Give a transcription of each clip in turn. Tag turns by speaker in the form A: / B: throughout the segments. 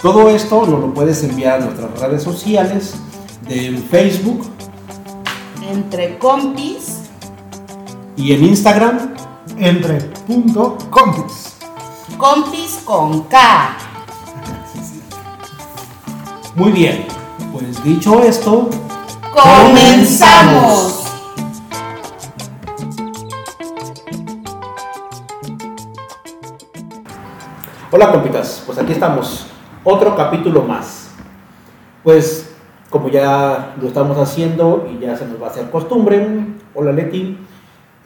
A: Todo esto nos lo puedes enviar a nuestras redes sociales de Facebook
B: Entre compis.
A: y en Instagram
C: Entre punto compis.
B: Compis con K.
A: Muy bien, pues dicho esto,
B: ¡Comenzamos!
A: Hola compitas, pues aquí estamos, otro capítulo más. Pues como ya lo estamos haciendo y ya se nos va a hacer costumbre, hola Leti,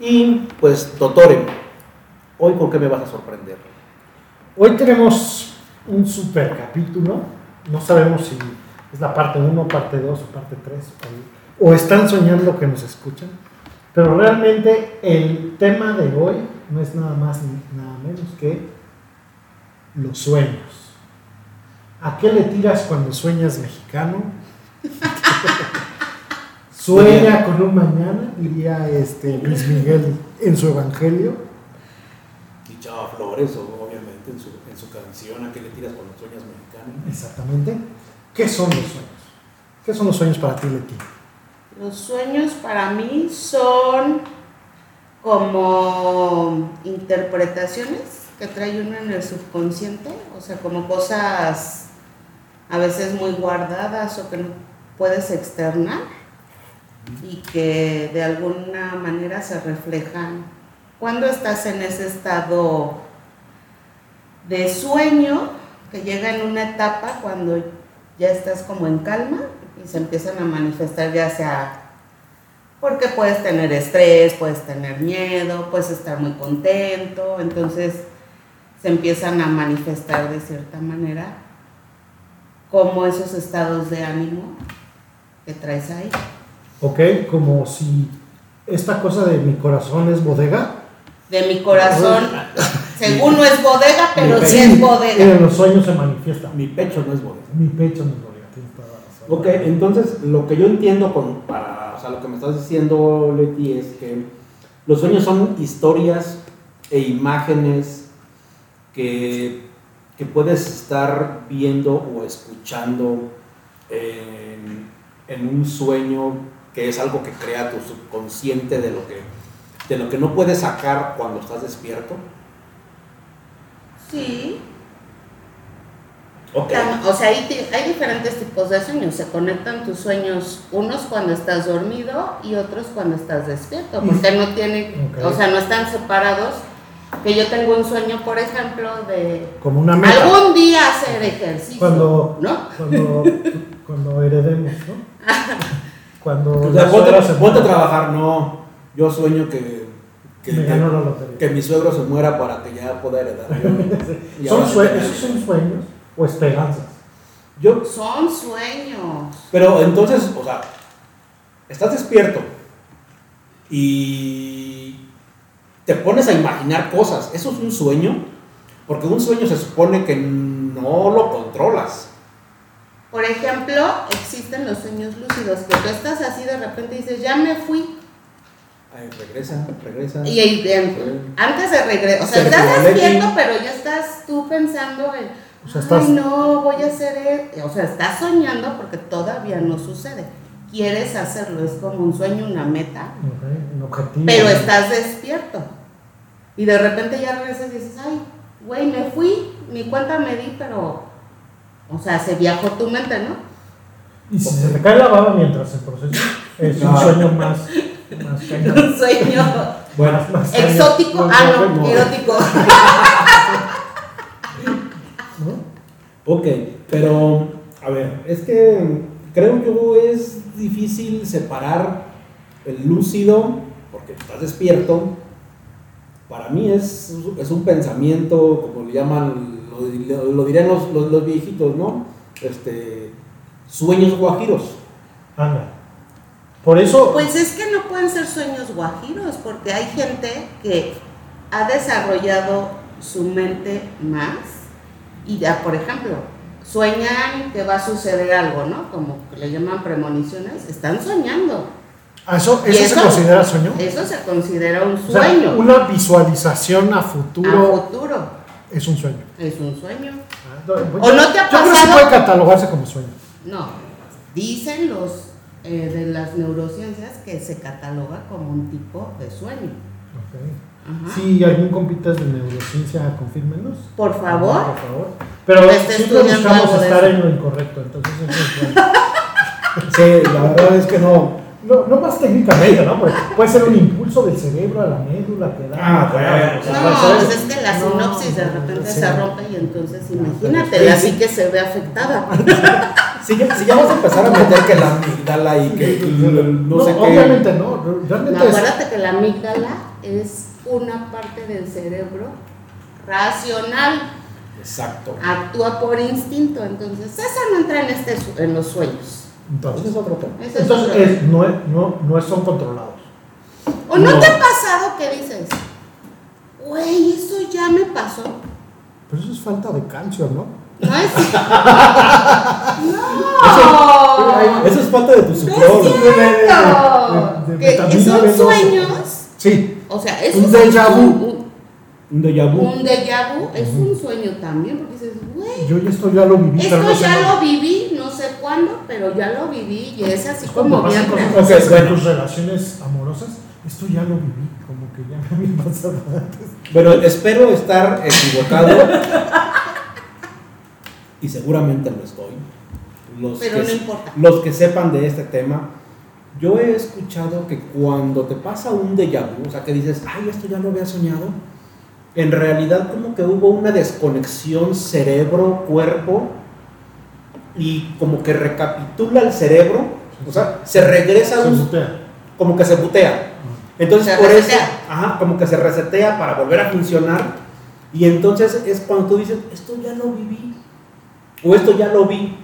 A: y pues doctoren, hoy con qué me vas a sorprender.
C: Hoy tenemos un super capítulo. No sabemos si es la parte 1, parte 2 o parte 3. O, o están soñando que nos escuchan. Pero realmente el tema de hoy no es nada más ni nada menos que los sueños. ¿A qué le tiras cuando sueñas mexicano? Sueña con un mañana, diría este Luis Miguel en su evangelio.
A: Y Chava Flores, obviamente, en su, en su canción, ¿a qué le tiras con los sueños mexicanos?
C: Exactamente. ¿Qué son los sueños? ¿Qué son los sueños para ti, Leti?
B: Los sueños para mí son como interpretaciones que trae uno en el subconsciente, o sea, como cosas a veces muy guardadas o que no puedes externar y que de alguna manera se reflejan cuando estás en ese estado de sueño que llega en una etapa cuando ya estás como en calma y se empiezan a manifestar ya sea porque puedes tener estrés, puedes tener miedo, puedes estar muy contento, entonces se empiezan a manifestar de cierta manera como esos estados de ánimo que traes ahí.
C: ¿Ok? Como si esta cosa de mi corazón es bodega.
B: De mi corazón, según no es bodega, pero
C: mi
B: sí
C: pecho-
B: es bodega.
C: En los sueños se manifiesta. Mi,
A: Mi pecho no es bodega.
C: pecho no es bodega, tienes toda la razón.
A: Ok, entonces lo que yo entiendo con, para, o sea, lo que me estás diciendo, Leti, es que los sueños son historias e imágenes que, que puedes estar viendo o escuchando en, en un sueño que es algo que crea tu subconsciente de lo que, de lo que no puedes sacar cuando estás despierto.
B: Sí,
A: Ok.
B: tam- o sea, hay, di- hay diferentes tipos de sueños. Se conectan tus sueños, unos cuando estás dormido y otros cuando estás despierto, porque no tienen,
C: Ok.
B: o sea, no están separados. Que yo tengo un sueño, por ejemplo, de
C: Como una meta.
B: algún día hacer ejercicio,
C: Cuando-
B: ¿no?
C: Cuando, cuando heredemos, ¿no? Cuando
A: O
C: la
A: sea, ponte,
C: suegra se
A: ponte a
C: muera,
A: trabajar, no. Yo sueño que, que,
C: me ganó la lotería.
A: que mi suegro se muera para que ya pueda heredar. yo. Y
C: Son
A: ahora sí
C: sue-
A: tener-
C: ¿Esos son sueños o esperanzas?
A: Yo,
B: Son sueños.
A: pero entonces, o sea, estás despierto y te pones a imaginar cosas. ¿Eso es un sueño? Porque un sueño se supone que no lo controlas.
B: Por ejemplo, existen los sueños lúcidos, que tú estás así de repente y dices, ya me fui.
A: Ay, regresa, regresa.
B: Y, ahí en- antes de regresar, o sea,
A: Se
B: estás
A: recuerda,
B: despierto,
A: sí.
B: pero ya estás tú pensando en,
C: O sea, estás-
B: ay no, voy a hacer, e-". o sea, estás soñando porque todavía no sucede. Quieres hacerlo, es como un sueño, una meta,
C: Ok, un objetivo.
B: pero estás despierto. Y de repente ya regresas y dices, ay, güey, me fui, ni cuenta me di, pero, o sea, se viajó tu mente, ¿no?
C: Y si se te cae la baba mientras el proceso es un
A: No.
C: sueño más, más cañón.
B: Un sueño
A: Bueno,
C: Más- más cañón.
B: exótico.
C: Más
B: Ah,
C: cañón,
B: no, erótico.
C: ¿no?
A: ok, pero a ver, es que creo yo es difícil separar el lúcido, porque estás despierto. Para mí es, es un pensamiento, como le llaman, lo, lo- lo dirían los, los- los viejitos, ¿no? Este, sueños guajiros.
C: Anda. Por eso,
B: Pues es que no pueden ser sueños guajiros, porque hay gente que ha desarrollado su mente más y ya, por ejemplo, sueñan que va a suceder algo, ¿no? Como que le llaman premoniciones, están soñando.
C: ¿a eso,
B: ¿Y
C: eso se considera sueño.
B: Eso se considera un
C: O sea,
B: sueño.
C: una visualización a futuro
B: A futuro
C: es un sueño.
B: es un sueño.
C: ¿O
B: no te ha
C: Yo creo que sí
B: pasado?
C: puede catalogarse como sueño.
B: No, dicen los eh, de las neurociencias que se cataloga como un tipo de sueño. Ajá.
C: Si algún compitas de neurociencia, confírmenos.
B: Por favor.
C: Por favor. Pues Pero
B: Que esté
C: siempre
B: estudiando
C: buscamos
B: algo de
C: estar
B: eso.
C: en lo incorrecto, entonces eso es bueno.
A: Sí, la verdad es que no.
C: No, no más técnicamente, ¿no? Porque puede ser un impulso del cerebro a la médula que da.
A: Ah, bueno,
C: O sea, puede
B: No,
C: ser-
B: pues es que la
C: No,
B: sinopsis de
C: no,
B: repente
C: sí.
B: se rompe y entonces imagínate,
A: pero-
B: la psique se ve afectada.
A: Si ya, si ya vas a empezar a meter que la amígdala y que no,
C: No,
A: sé qué.
C: obviamente no, pues.
B: No,
C: realmente es-
B: acuérdate que la amígdala es una parte del cerebro racional,
A: Exacto.
B: actúa por instinto, entonces esa no entra en, este, su- en los sueños.
A: Ese
C: Entonces,
A: es otro tema.
B: Ese es
C: entonces
B: otro.
C: es- no, es- no, no es- son controlados.
B: ¿O no,
A: No.
B: te ha pasado que dices, güey, eso ya me pasó?
C: Pero eso es falta de calcio, ¿no?
B: No es.
C: Eso-
B: ¡No!
A: Eso es falta de tu
B: ¡No
A: superior.
B: es cierto!
C: de- de- de
B: Que- Que
C: vitamina
B: son
C: B12.
B: sueños,
C: Sí,
B: o sea, es
C: Un
B: un,
C: déjà vu.
B: un-
A: Un déjà
B: un-
A: vu.
B: un déjà vu, es un sueño también, porque dices, güey,
C: yo ya esto ya lo viví, pero
B: esto
C: no sé
B: ya
C: nada.
B: lo viví, no sé cuándo, pero ya lo viví y es así
C: Es
B: como
C: cuando
B: bien.
C: pasan cosas
A: Ok,
C: raras en
A: bueno.
C: tus relaciones amorosas, esto ya lo viví, como que ya me había pasado antes.
A: Bueno, espero estar equivocado. y seguramente lo estoy. Los
B: Pero
A: que,
B: no importa.
A: Los que sepan de este tema. Yo he escuchado que cuando te pasa un déjà vu, o sea, que dices, ay, esto ya lo había soñado, en realidad como que hubo una desconexión cerebro-cuerpo y como que recapitula el cerebro, o sea, se regresa a
C: Se
A: un-
C: mutea.
A: como que se butea. Entonces,
B: Se
A: por eso,
B: resetea.
A: ajá, como que se resetea para volver a funcionar. Y entonces es cuando tú dices, esto ya lo viví. O esto ya lo vi.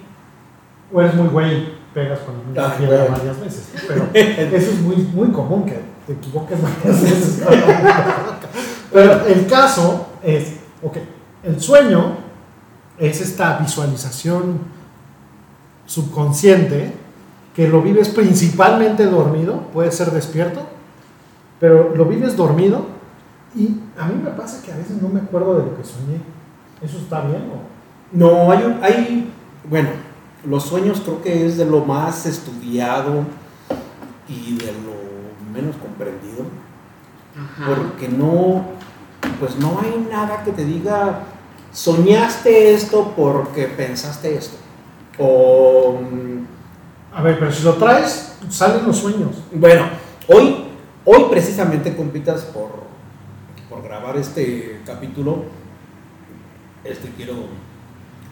C: O eres muy güey, pegas con la misma
A: Ah,
C: piedra
A: güey.
C: varias veces. Pero eso es muy, muy común que te equivoques varias veces. pero el caso es, ok, el sueño es esta visualización subconsciente que lo vives principalmente dormido, puede ser despierto, pero lo vives dormido y a mí me pasa que a veces no me acuerdo de lo que soñé. ¿Eso está bien o?
A: No, hay, un- hay, bueno, los sueños creo que es de lo más estudiado y de lo menos comprendido.
B: Ajá.
A: porque no, pues no hay nada que te diga, soñaste esto porque pensaste esto. O, mm,
C: A ver, pero si lo traes, salen los sueños.
A: bueno, hoy, hoy precisamente, compitas, por, por grabar este capítulo, este, quiero,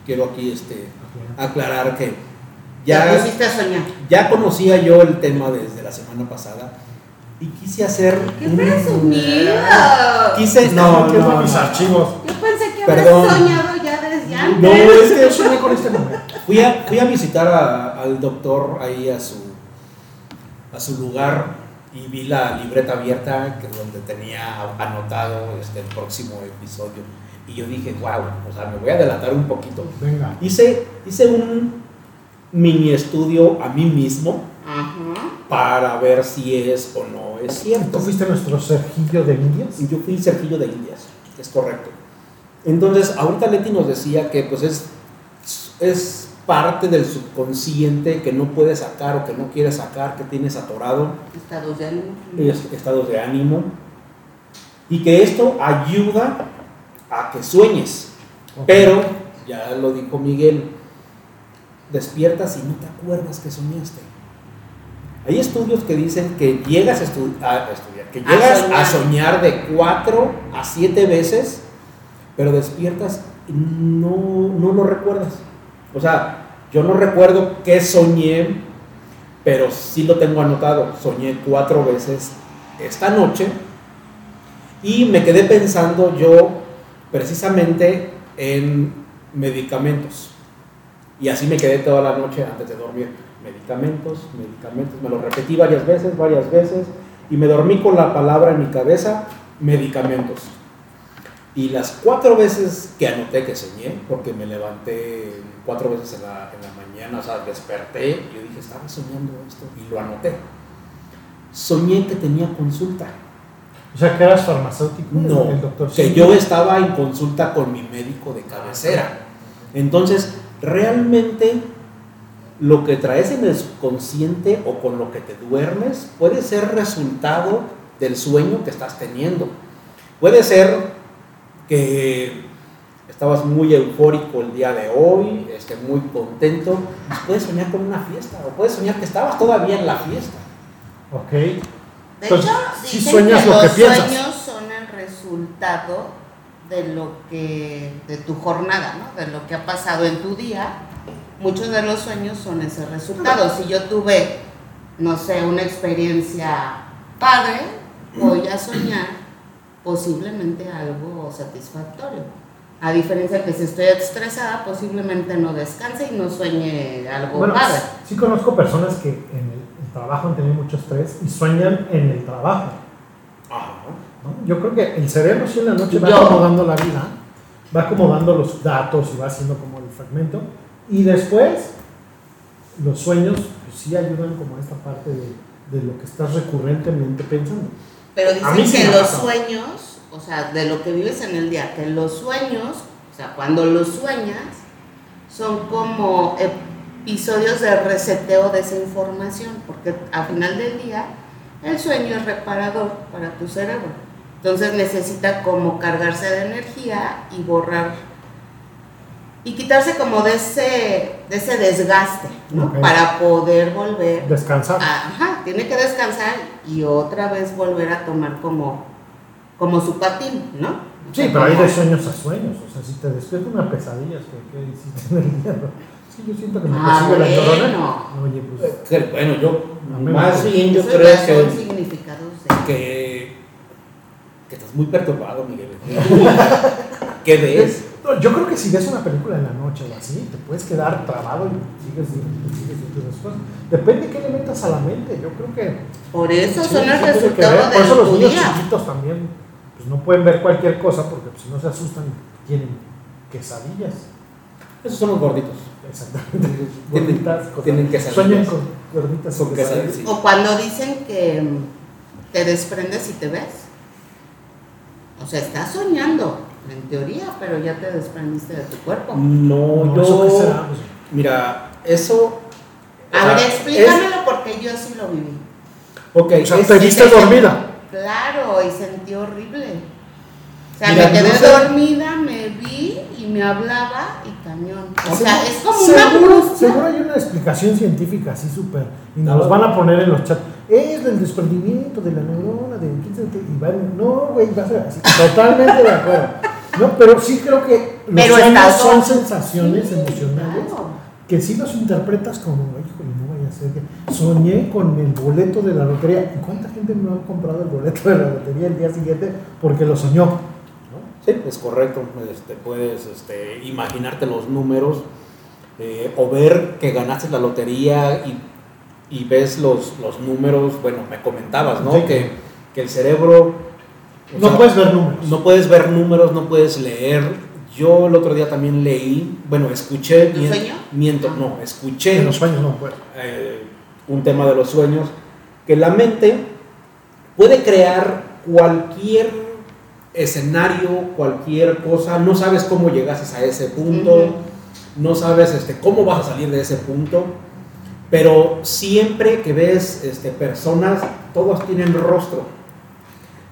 A: quiero aquí este, aclarar que
B: Ya
A: ya,
B: pusiste a soñar.
A: ya conocía yo el tema desde la semana pasada y quise hacer...
B: ¡Qué
A: un-
B: presumido!
A: Quise, no,
C: ¿Qué es de
A: no,
C: mis
A: no.
C: archivos.
B: Yo pensé que
A: Perdón.
B: habrás soñado ya desde antes.
A: No, es que
C: yo soñé con este nombre.
A: Fui a, fui a visitar a- al doctor ahí a su, a su lugar y vi la libreta abierta que donde tenía anotado este, el próximo episodio. Y yo dije, wow, o sea, me voy a delatar un poquito.
C: Venga.
A: Hice, hice un mini estudio a mí mismo
B: Ajá.
A: para ver si es o no es
C: ¿Tú
A: cierto.
C: fuiste nuestro Sergillo de Indias?
A: Yo fui Sergillo de Indias, es correcto. Entonces, ahorita Leti nos decía que pues es, es parte del subconsciente que no puede sacar o que no quiere sacar, que tienes atorado,
B: Estados de ánimo.
A: es- estados de ánimo, y que esto ayuda a que sueñes. Pero, ya lo dijo Miguel, despiertas y no te acuerdas que soñaste. Hay estudios que dicen que llegas a, estu- a estudiar, que
B: A
A: llegas
B: soñar.
A: a soñar de 4 a 7 veces, pero despiertas y no, no lo recuerdas. O sea, yo no recuerdo qué soñé, pero sí lo tengo anotado. Soñé cuatro veces esta noche y me quedé pensando yo precisamente en medicamentos. Y así me quedé toda la noche antes de dormir. Medicamentos, medicamentos. Me lo repetí varias veces, varias veces. Y me dormí con la palabra en mi cabeza, medicamentos. Y las cuatro veces que anoté que soñé, porque me levanté cuatro veces en la, en la mañana, o sea, desperté y yo dije, estaba soñando esto. Y lo anoté. Soñé que tenía consulta.
C: O sea, que eras farmacéutico.
A: No,
C: el doctor.
A: que
C: Simi.
A: yo estaba en consulta con mi médico de cabecera. Entonces, realmente lo que traes en el subconsciente o con lo que te duermes puede ser resultado del sueño que estás teniendo. Puede ser que estabas muy eufórico el día de hoy, este, muy contento, puedes soñar con una fiesta o puedes soñar que estabas todavía en la fiesta.
C: Ok.
B: De
C: Entonces,
B: hecho,
C: sí
B: dicen
C: sueñas
B: que
C: lo que
B: los
C: piensas.
B: sueños son el resultado de lo que de tu jornada, ¿no? De lo que ha pasado en tu día. Muchos de los sueños son ese resultado. Si yo tuve, no sé, una experiencia padre, voy a soñar posiblemente algo satisfactorio. A diferencia que si estoy estresada, posiblemente no descanse y no sueñe algo
C: Bueno,
B: padre.
C: sí conozco personas que en el, el trabajo han tenido mucho estrés y sueñan en el trabajo. ¿no? Yo creo que el cerebro sí en la noche va
B: Yo.
C: acomodando la vida, va acomodando los datos y va haciendo como el fragmento. Y después, los sueños pues, sí ayudan como a esta parte de, de lo que estás recurrentemente pensando.
B: Pero
C: A mí
B: dicen
C: sí
B: que
C: me
B: los
C: pasa.
B: sueños, o sea, de lo que vives en el día, que los sueños, o sea, cuando los sueñas, son como episodios de reseteo de esa información, porque al final del día el sueño es reparador para tu cerebro. Entonces necesita como cargarse de energía y borrar y quitarse como de ese, de ese desgaste, ¿no?
C: Ok.
B: Para poder volver
C: Descansar.
B: Ajá, tiene que descansar y otra vez volver a tomar como, como su patín, ¿no? Ah, O
C: Sí,
B: sea,
C: pero hay
B: como-
C: de sueños a sueños. O sea, si te despierta una pesadilla, ¿qué, qué hiciste en el día? Es que yo siento que me
B: Ah,
C: persigue la llorona.
B: bueno.
C: Oye, pues.
A: Eh, Que, Bueno, yo
C: A mí
A: más
C: me-
A: bien yo
B: Eso
A: creo
B: ya
A: que...
B: son significados de-
A: que, que estás muy perturbado, Miguel. ¿Qué ves?
C: No, yo creo que si ves una película en la noche o así, te puedes quedar trabado y sigues y sigues y tus cosas. Depende de qué le metas a la mente. Yo creo que.
B: Por eso
C: sí,
B: son
C: sí
B: el
C: tiene que ver.
B: resultado
C: Por eso
B: de
C: los
B: tu
C: niños
B: día.
C: chiquitos también pues, no pueden ver cualquier cosa porque pues, si no se asustan, tienen quesadillas.
A: Esos son los gorditos.
C: Exactamente.
A: Tienen-
C: Gorditas, cosas-
A: tienen quesadillas.
C: Sueñan con gorditas
A: Son
C: con
A: quesadillas,
C: quesadillas.
A: sí.
B: O cuando dicen que mm, te desprendes y te ves. O sea, estás soñando, en teoría, pero ya te desprendiste de tu cuerpo.
C: Mm.
A: No,
C: No, ¿eso qué será?
A: yo.
C: Pues,
A: Mira, eso.
B: A
A: o sea,
C: Ah,
B: ver,
A: es-
B: explícamelo porque yo sí lo viví.
A: ok,
C: o sea,
A: es-
C: te viste
B: sí, sí.
C: dormida.
B: Claro, y sentí horrible. O sea,
A: Mira,
B: me quedé
A: no sé.
B: dormida, me vi y me hablaba y cañón. O sea, es como una
C: seguro,
B: angustia.
C: Seguro hay una explicación científica así súper. Y
A: No.
C: nos van a poner en los chats. Es del desprendimiento de la neurona, de quién sabe qué, y van- No, güey, va a ser así. Totalmente de acuerdo. No, pero sí creo que los
B: Pero
C: sueños
B: estás
C: son
B: dormido.
C: sensaciones
B: Sí,
C: emocionales
B: claro.
C: que si los interpretas como, híjole, no vaya a ser que soñé con el boleto de la lotería. ¿Y cuánta gente no ha comprado el boleto de la lotería el día siguiente porque lo soñó?
A: Sí, es correcto. Este, puedes este, imaginarte los números eh, o ver que ganaste la lotería y, y ves los, los números. Bueno, me comentabas, ¿no?
C: Sí.
A: Que, que el cerebro. o
C: No
A: sea,
C: puedes ver números.
A: No puedes ver números, no puedes leer. Yo el otro día también leí, bueno, escuché,
B: ¿Tu
A: mien-
B: sueño?
A: miento, no, escuché
C: En los sueños no puedes.
A: eh, un tema de los sueños, que la mente puede crear cualquier escenario, cualquier cosa, no sabes cómo llegaste a ese punto,
B: Ujú.
A: no sabes este, cómo vas a salir de ese punto, pero siempre que ves este, personas, todas tienen rostro,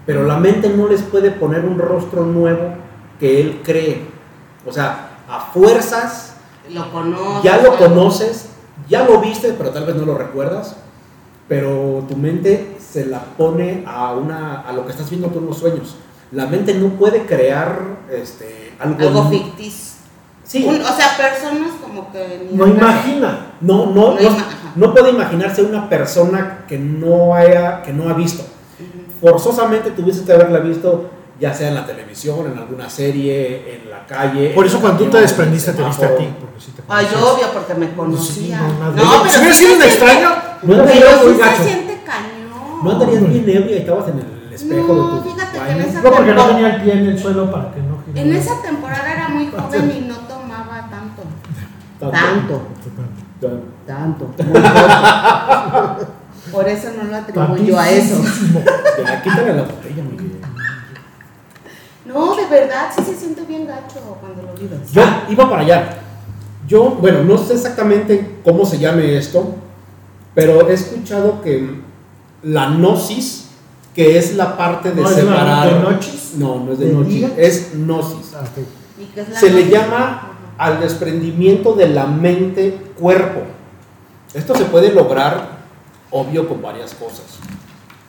A: pero la mente no les puede poner un rostro nuevo que él cree, o sea, a fuerzas
B: lo conoces.
A: Ya lo conoces, ya lo viste, pero tal vez no lo recuerdas. Pero tu mente se la pone a, una, a lo que estás viendo tú en los sueños. La mente no puede crear este, algo,
B: Algo ficticio.
A: Sí,
B: Un- o sea, personas como que... ni
C: No
B: una-
C: imagina.
A: no, no,
B: No
A: no,
B: ima- ajá.
A: no puede imaginarse una persona que no, haya, que no ha visto. Forzosamente tuviste que haberla visto, ya sea en la televisión, en alguna serie, en la calle.
C: Por
A: en
C: eso
A: el
C: cuando tú
A: avión, en
C: te
A: el
C: desprendiste te viste a ti.
A: semáforo.
C: Porque sí te
B: Ay,
C: conocías.
B: yo obvio, porque me
C: Sí,
B: conocía.
C: no,
B: No,
C: madre. si hubiera
B: sí
C: sido un
B: se
C: extraño,
A: No
B: siente-
A: andarías
B: pero
A: muy
B: sí
A: gacho.
B: se siente cañón.
A: No andarías bien ebria y estabas en el espejo
B: No,
A: de tu
B: fíjate que
A: baño.
B: en esa-
C: No, porque no tenía el pie en el suelo para que no girara.
B: En esa temporada era muy joven y no tomaba tanto. Tanto,
A: tanto.
B: tanto. muy poco. Por eso no lo atribuyo a eso.
C: Tantísimo.
A: Ya, quítale la botella, mi querido.
B: No, de verdad, sí se siente bien gacho cuando lo vives.
A: Yo iba para allá. Yo, bueno, no sé exactamente cómo se llame esto, pero he escuchado que la gnosis, que es la parte de
C: No, es la-
A: separar.
C: ¿de noches?
A: No, no es de,
C: ¿De
A: noches,
C: día?
A: es gnosis.
C: Ah, ok.
B: ¿Y qué es la
A: Se le
B: noche?
A: llama al desprendimiento de la mente-cuerpo. Esto se puede lograr, obvio, con varias cosas.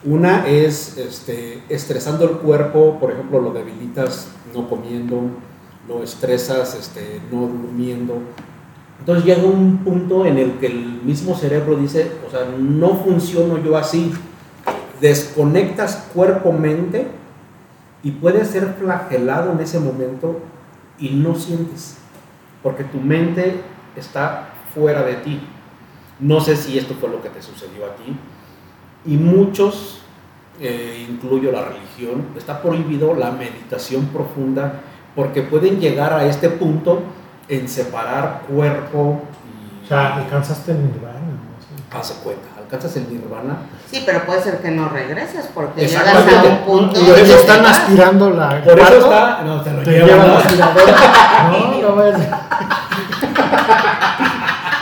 A: Una es este, estresando el cuerpo, por ejemplo, lo debilitas no comiendo, lo estresas este, no durmiendo. Entonces llega un punto en el que el mismo cerebro dice, o sea, no funciono yo así. Desconectas cuerpo-mente y puedes ser flagelado en ese momento y no sientes, porque tu mente está fuera de ti. No sé si esto fue lo que te sucedió a ti. Y muchos, eh, incluyo la religión, está prohibido la meditación profunda porque pueden llegar a este punto en separar cuerpo y...
C: O sea, alcanzaste el nirvana. ¿no? Sí.
A: Haz de cuenta, alcanzas el nirvana.
B: Sí, pero puede ser que no regreses porque llegas a
A: Exactamente.
B: un punto.
C: Y por eso
B: donde
C: están
B: vas.
C: aspirando la.
A: Por eso
C: cuarto,
A: está... No, te lo
C: Te
A: llevan,
C: llevan la
A: ¿no?
C: aspiradora. No, no vayas.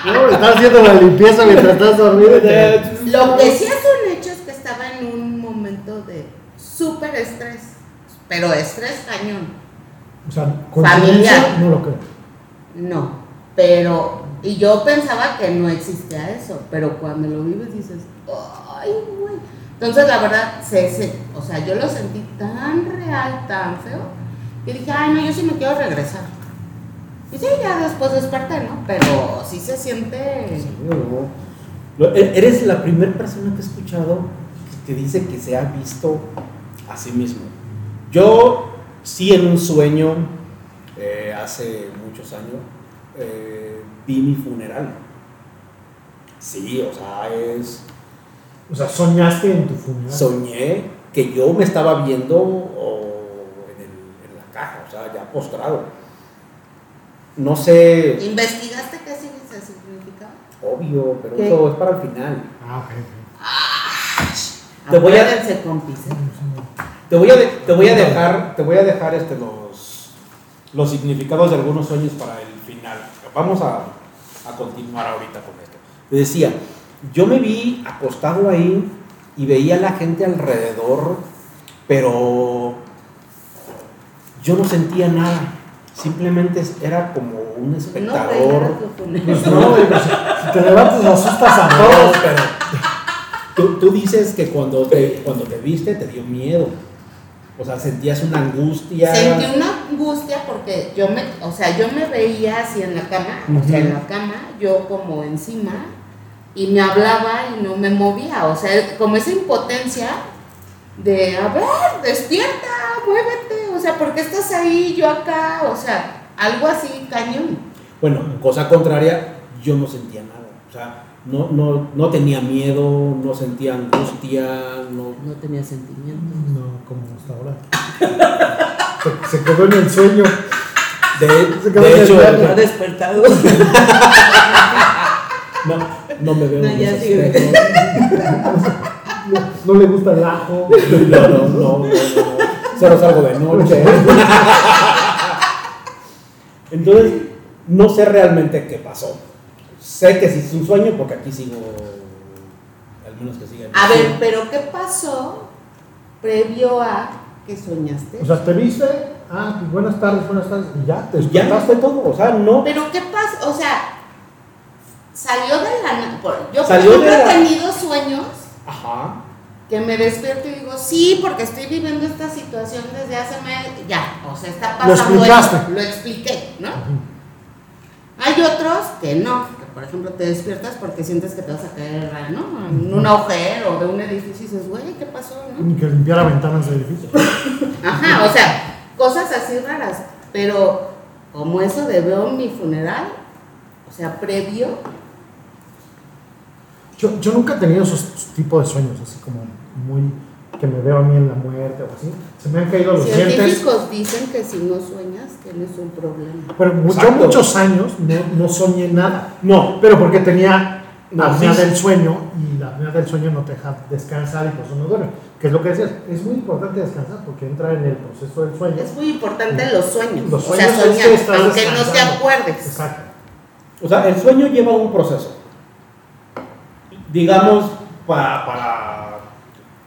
C: No, estás haciendo la limpieza mientras estás dormido. y te-
B: Lo que sí es un hecho es que estaba en un momento de súper estrés, pero estrés cañón.
C: O sea, coincidencia,
B: Familiar.
C: no lo creo.
B: No, pero. Y yo pensaba que no existía eso, pero cuando lo vives dices, ¡ay, güey! Entonces, la verdad, se, se- o sea, yo lo sentí tan real, tan feo, que dije, ¡ay, no, yo sí me quiero regresar! Y sí, ya después desperté, ¿no? Pero sí se siente.
A: Sí, no. No, e- Eres la primera persona que he escuchado que que dice que se ha visto a sí mismo. Yo sí en un sueño, eh, hace muchos años, eh, vi mi funeral. Sí, o sea, es...
C: O sea, soñaste en tu funeral.
A: Soñé que yo me estaba viendo o, en, el- en la caja, o sea, ya postrado. No sé,
B: ¿Investigaste qué significa- significaba?
A: obvio, pero
B: ¿Qué?
A: eso es para el final.
C: Ah, ok, ok.
A: Te voy a-
B: Acuérdense, compis. ¿eh?
A: Te voy a, de- te voy a dejar, te voy a dejar este, los, los significados de algunos sueños para el final. Vamos a, a continuar ahorita con esto. Te decía, yo me vi acostado ahí y veía a la gente alrededor, pero yo no sentía nada. Simplemente era como un
B: No, güey,
A: espectador.
B: era tu funeral.
C: Pues no, güey, pues, si te levantas asustas a
A: No,
C: todos.
A: pero tú, tú dices que cuando te, cuando te viste te dio miedo. O sea, sentías una angustia.
B: Sentí una angustia porque yo me, o sea, yo me veía así en la cama, o sea, en la cama, yo como encima, y me hablaba y no me movía, o sea, como esa impotencia de, a ver, despierta, muévete, o sea, ¿por qué estás ahí, yo acá? O sea, algo así, cañón.
A: Bueno, cosa contraria, yo no sentía nada. O sea, no, no, no tenía miedo, no sentía angustia, no.
B: No tenía sentimiento.
C: No, como hasta ahora. Se, se quedó en el sueño.
A: De,
C: Se quedó
A: de hecho,
C: desmayado.
B: despertado.
A: no, no me veo.
B: No,
A: en
B: ya
A: ese
B: sigue.
A: aspecto.
C: No, no le gusta el ajo.
A: No, no, no, no, no. Solo salgo de noche. Entonces, no sé realmente qué pasó. Sé que sí es un sueño porque aquí sigo. Al menos que siga. en
B: A
A: el
B: ver,
A: sueño.
B: pero ¿qué pasó previo a que soñaste.
C: O sea, te viste, ah, pues buenas tardes, buenas tardes, y ya, te
A: Y ya
C: despertaste.
A: fue todo, o sea, no.
B: Pero ¿qué pasa? O sea, salió de la... na- por- Yo
A: Salió
B: por ejemplo,
A: de la-
B: he tenido sueños
A: Ajá.
B: que me despierto y digo, sí, porque estoy viviendo esta situación desde hace meses. Ya, o sea, está
C: Lo
B: pasando
C: explicaste.
B: esto, Lo expliqué, ¿no?
C: Ujú.
B: Hay otros que no, que por ejemplo te despiertas porque sientes que te vas a caer, ¿no? En un agujero de un edificio y dices, güey, ¿qué pasó, no?
C: Ni que limpiara ventanas del edificio.
B: Ajá, o sea, cosas así raras. Pero como eso de veo mi funeral, o sea, previo,
C: Yo, yo nunca he tenido esos tipos de sueños, así como muy que me veo a mí en la muerte o así. Se me han caído los dientes.
B: científicos dicen que si no sueñas tienes un problema.
C: Pero mu- yo
A: Exacto.
C: muchos años no, no soñé nada.
A: No,
C: Pero porque tenía
A: No,
C: la apnea
A: sí, sí.
C: del sueño y la apnea del sueño no te deja descansar y por eso no duerme. Que es lo que decías, es muy importante descansar porque entra en el proceso del sueño.
B: Es muy importante los sueños,
C: Los
B: o sea,
C: sueños es que
B: soñar,
C: estás
B: aunque no te
C: descansando.
B: acuerdes.
C: Exacto.
A: o sea, el sueño lleva un proceso. Digamos, para, para,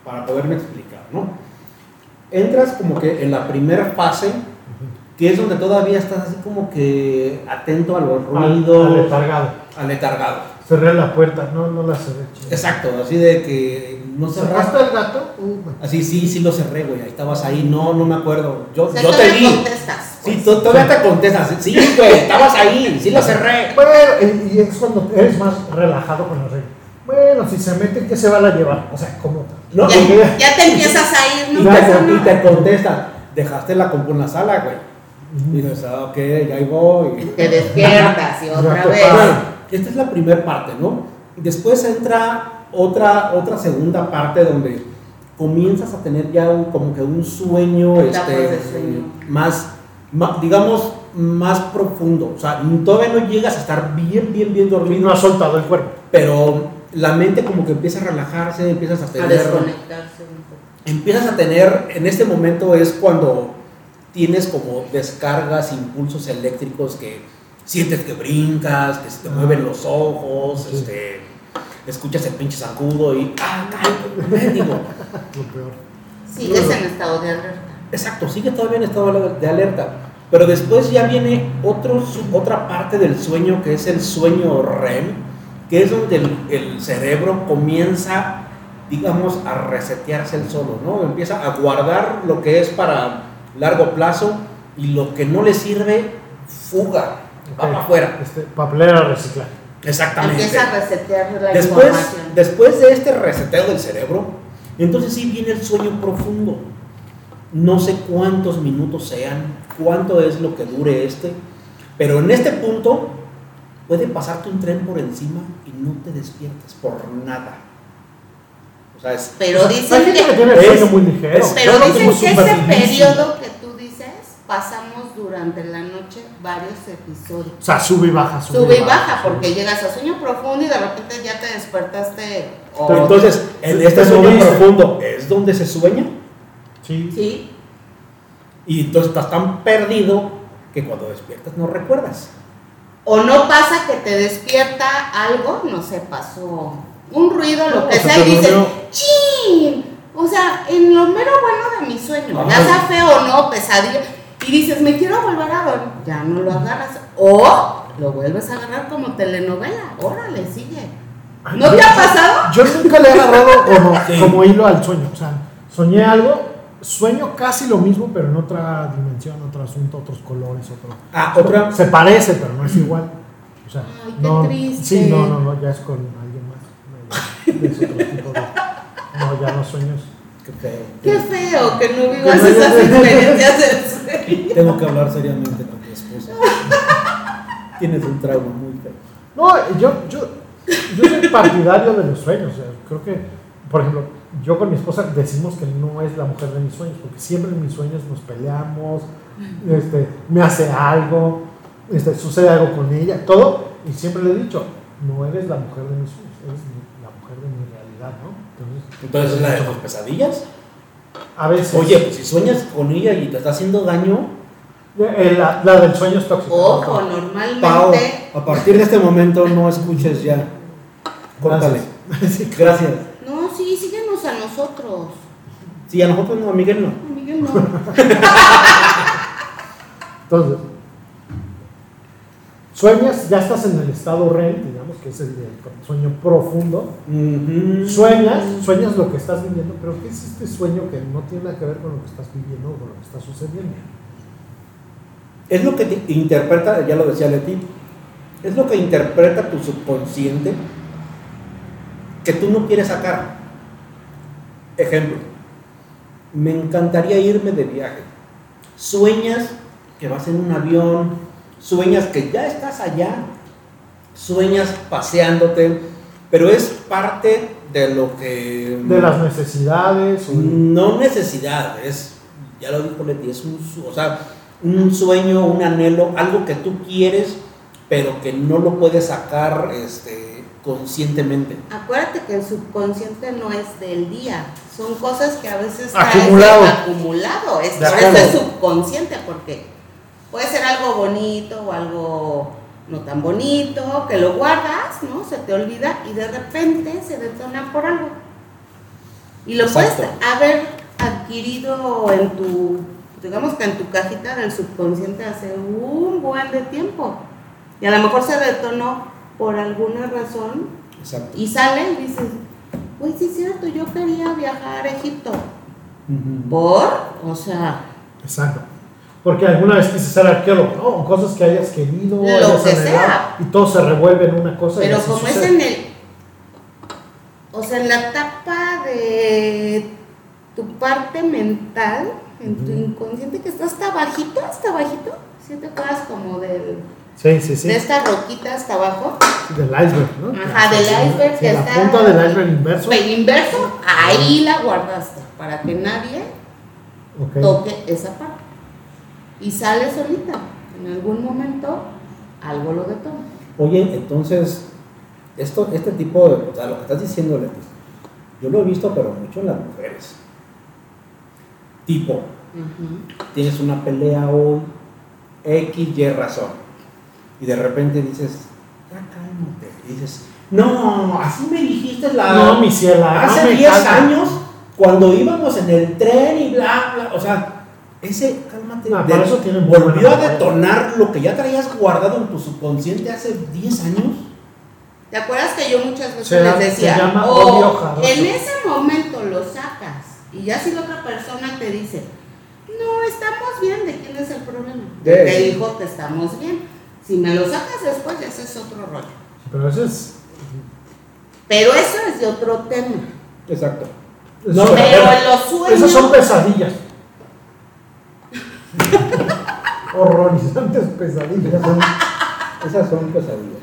A: para poderme explicar, ¿no? Entras como que en la primera fase, que es donde todavía estás así como que atento a los
C: Al-
A: ruidos,
C: Aletargado.
A: aletargado.
C: Ah, Cerré la puerta, no, no la cerré. chingada.
A: Exacto, así de que no cerraste.
C: ¿Cerraste el gato? Uh, güey.
A: Así, sí, sí lo cerré, güey. Ahí estabas ahí, no, no me acuerdo. Yo,
B: O sea,
A: yo te
B: todavía
A: vi.
B: contestas.
A: Sí, to- todavía te contestas. Sí, güey, estabas ahí, sí lo cerré.
C: Bueno, y- y es cuando eres más relajado con la regla. Bueno, si se mete, ¿qué se van a llevar? O sea, ¿cómo?
A: No,
B: ya,
A: porque-
B: ya te empiezas a ir,
A: Y
B: no
A: te,
B: pasa
A: con- y
B: nada.
A: te contesta, dejaste la compu en la sala, güey. Y dices, ah, ok, ya ahí voy.
B: Te despiertas y otra
C: Exacto.
B: vez.
A: Bueno, esta es la primera parte, ¿no? Después entra otra, otra segunda parte donde comienzas a tener ya un- como que un sueño,
B: Etapas
A: este,
B: de sueño.
A: Más, ma- digamos, más profundo. O sea, todavía no llegas a estar bien, bien, bien
C: Y
A: dormido,
C: no ha soltado el cuerpo.
A: pero la mente como que empieza a relajarse, empiezas a
B: A
A: tener
B: desconectarse un poco.
A: empiezas a tener, en este momento es cuando tienes como descargas, impulsos eléctricos que sientes que brincas, que se te
C: Ah.
A: mueven los ojos,
C: Sí.
A: este, escuchas el pinche zancudo y ¡ah, cálmate, mendigo!
C: Lo peor.
B: Sigues en estado de alerta.
A: Exacto, sigue todavía en estado de alerta. Pero después ya viene otro, su- otra parte del sueño que es el sueño REM, que es donde el, el cerebro comienza, digamos, a resetearse el solo, ¿no? Empieza a guardar lo que es para largo plazo y lo que no le sirve, fuga, va
C: Ok.
A: para afuera.
C: Este, papelera reciclar.
A: Exactamente.
B: Empieza a resetear la
A: Después,
B: información.
A: después de este reseteo del cerebro, entonces sí viene el sueño profundo. No sé cuántos minutos sean, cuánto es lo que dure este, pero en este punto puede pasarte un tren por encima y no te despiertas por nada. O sea, es-
B: Pero
C: Hay
B: dicen
C: gente que
B: que,
C: tiene el
A: es-
C: sueño muy ligero.
A: es-
B: pero
C: Yo lo
B: dicen
C: tengo
B: que ese
C: superligerísimo.
B: periodo que tú dices, pasamos durante la noche varios episodios.
C: O sea, sube y baja, sube,
B: Sube y baja, porque llegas a sueño profundo y de repente ya te despertaste. o-
A: pero entonces, en este
C: Te
A: sueño
C: moviste.
A: profundo es donde se sueña
C: Sí.
B: sí,
A: y entonces estás tan perdido que cuando despiertas no recuerdas.
B: o no pasa que te despierta algo, no sé, pasó un ruido, lo
C: No,
B: que
C: se
B: sea,
C: te
B: y dices,
C: durmió.
B: ¡chin! O sea, en lo mero bueno de mi sueño, ya
A: Ajá.
B: sea feo o no, pesadilla, y dices, me quiero volver a dormir, ya no lo agarras, o lo vuelves a agarrar como telenovela, órale, sigue.
C: Ay,
B: ¿No
C: yo-
B: te ha pasado?
C: Yo nunca le he agarrado como,
A: Sí.
C: como hilo al sueño. O sea, soñé algo, sueño casi lo mismo, pero en otra dimensión, otro asunto, otros colores, otro.
A: Ah, otra,
C: Se parece, pero no es igual. O sea,
B: Ay, qué
C: no,
B: triste.
C: Sí, no, no, no, ya es con alguien más. No, ya es otro tipo de- no, ya no sueños.
A: que te-
B: Qué feo que no vivas
C: no
B: esas
C: hayas-
B: experiencias del sueño.
A: Tengo que hablar seriamente con tu esposa. Tienes un trauma muy feo.
C: No, yo, yo, yo soy partidario de los sueños. o sea, creo que, por ejemplo, yo con mi esposa decimos que no es la mujer de mis sueños, porque siempre en mis sueños nos peleamos, este, me hace algo, este, sucede algo con ella, todo. Y siempre le he dicho, no eres la mujer de mis sueños, eres mi- la mujer de mi realidad, ¿no? Entonces,
A: Entonces es la de las pesadillas.
C: a veces.
A: Oye, pues si sueñas con ella y te está haciendo daño,
C: eh, la, la del sueño es tóxico.
B: Ojo,
A: Pau,
B: normalmente,
A: a partir de este momento no escuches ya. Córtale. Gracias.
B: no, sí, síguenos a nosotros.
A: Sí, a nosotros no, a Miguel no.
B: Miguel Yo no.
C: Entonces, sueñas, ya estás en el estado REM, digamos que es el del sueño profundo.
A: Ujú.
C: Sueñas, sueñas lo que estás viviendo, pero ¿qué es este sueño que no tiene nada que ver con lo que estás viviendo o con lo que está sucediendo?
A: Es lo que te interpreta, ya lo decía Leti, es lo que interpreta tu subconsciente que tú no quieres sacar. Ejemplo, me encantaría irme de viaje. Sueñas que vas en un avión, sueñas que ya estás allá, sueñas paseándote, pero es parte de lo que...
C: De las necesidades. o de-
A: No necesidad, es, ya lo dijo Leti, es un, su- o sea, un sueño, un anhelo, algo que tú quieres, pero que no lo puedes sacar este, conscientemente.
B: Acuérdate que el subconsciente no es del día. Son cosas que a veces traes
C: Acumulado.
B: de acumulado. Es,
C: De
B: por eso es
C: acuerdo.
B: subconsciente, porque puede ser algo bonito o algo no tan bonito, que lo guardas, ¿no? Se te olvida y de repente se detona por algo. Y lo
A: Exacto.
B: puedes haber adquirido en tu, digamos que en tu cajita del subconsciente hace un buen de tiempo. Y a lo mejor se detonó por alguna razón
A: Exacto.
B: y sale y dices, güey, sí es cierto, yo quería viajar a Egipto. ¿Por? O sea,
C: Exacto. Porque alguna vez quise ser arqueólogo, ¿no? O cosas que hayas querido,
B: Lo
C: hayas
B: que
C: anhelado,
B: sea.
C: y todo se revuelve en una cosa. y
B: pero
C: así
B: como es
C: sucede.
B: en el. O sea, en la tapa de tu parte mental, en tu
C: Ujú.
B: inconsciente, que está hasta bajito, hasta bajito. Si te acuerdas como del-
C: Sí, sí, sí.
B: de esta roquita hasta abajo,
C: Del iceberg, ¿no?
B: Ajá, del iceberg
C: Sí,
B: que
C: la
B: está-
C: punta del iceberg inverso.
B: el inverso, ahí la guardaste, para que nadie
C: Ok.
B: toque esa parte. Y sale solita. En algún momento algo lo detona.
A: Oye, entonces, esto, este tipo de, o sea, lo que estás diciendo, Leti, yo lo he visto, pero mucho en las mujeres. Tipo, tienes una pelea hoy, X, Y razón. Y de repente dices, ya cálmate. Y dices, no, así me dijiste la.
C: No, mi cielo. no
A: hace
C: me
A: 10
C: calma.
A: años, cuando íbamos en el tren y bla, bla. O sea, ese, cálmate.
C: No,
A: de-
C: para eso tienen muy
A: volvió
C: buena
A: a
C: memoria.
A: detonar lo que ya traías guardado en tu subconsciente hace 10 años.
B: ¿Te acuerdas que yo muchas veces
C: Se-
B: les decía,
C: se llama
B: "Oh,
C: odio jarocho".
B: en ese momento lo sacas y ya si la otra persona te dice, no, estamos bien, ¿de quién es el problema?
A: De
B: Te
A: él.
B: dijo que estamos bien. Si me lo sacas después, ese es otro rollo.
C: Pero eso es.
B: Pero eso es de otro tema.
A: Exacto.
C: eso
A: No,
C: es-
B: Pero en los sueños...
C: Esas son pesadillas. Horrorizantes pesadillas. son-
A: Esas son pesadillas.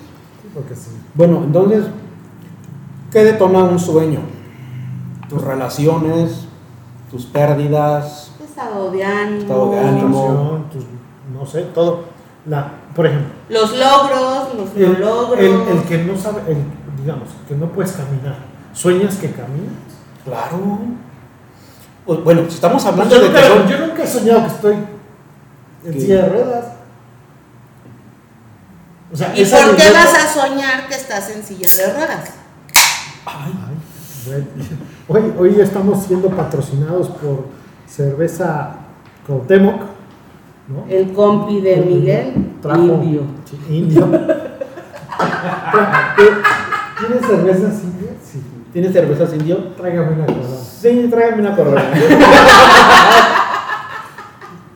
C: Porque sí.
A: Bueno, entonces, ¿qué detona un sueño? Tus relaciones, tus pérdidas.
B: Estado de ánimo,
A: Estado de ánimo.
C: Emoción, tus- no sé, todo. La, por ejemplo,
B: los logros, los no
C: el,
B: logros.
C: el- el que no sabe, el, digamos, que no puedes caminar, sueñas que caminas.
A: Claro. O- Bueno, si estamos hablando
C: Yo
A: de Pues que son-
C: nunca, yo nunca he soñado que estoy en
A: ¿Qué?
C: silla de ruedas. O sea,
B: ¿Y
C: esa
B: por qué
C: vivienda-
B: vas a soñar que estás en silla de ruedas?
C: Ay, bueno. Hoy, hoy estamos siendo patrocinados por cerveza Cuauhtémoc, ¿no?
B: El compi de Miguel,
C: Trajo-
B: indio.
C: Sí, indio. ¿Tienes cervezas indias? Sí.
A: ¿Tienes cervezas indio?
C: Tráigame una corona.
A: Sí, tráigame una corona.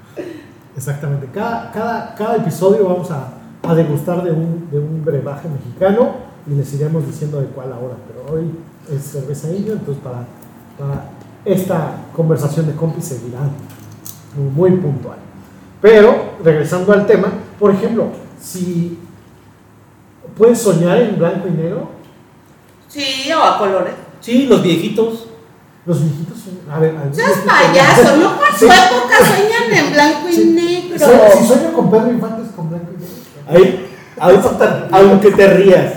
C: Exactamente. Cada, cada, cada episodio vamos a, a degustar de un, de un brebaje mexicano y les iremos diciendo de cuál ahora. Pero hoy es cerveza indio, entonces para, para esta conversación de compis seguirá muy puntual. Pero, regresando al tema, por ejemplo, si puedes soñar en blanco y negro,
B: Sí, o a colores.
A: Sí, los viejitos.
C: los viejitos son... A ver, algunos
B: Seas
C: viejitos-
B: payaso, no por su
C: Sí.
B: época sueñan en blanco y
C: Sí.
B: negro.
C: Soy- Si sueño con Pedro Infante es con blanco y negro.
A: Ahí, aunque- aunque te rías.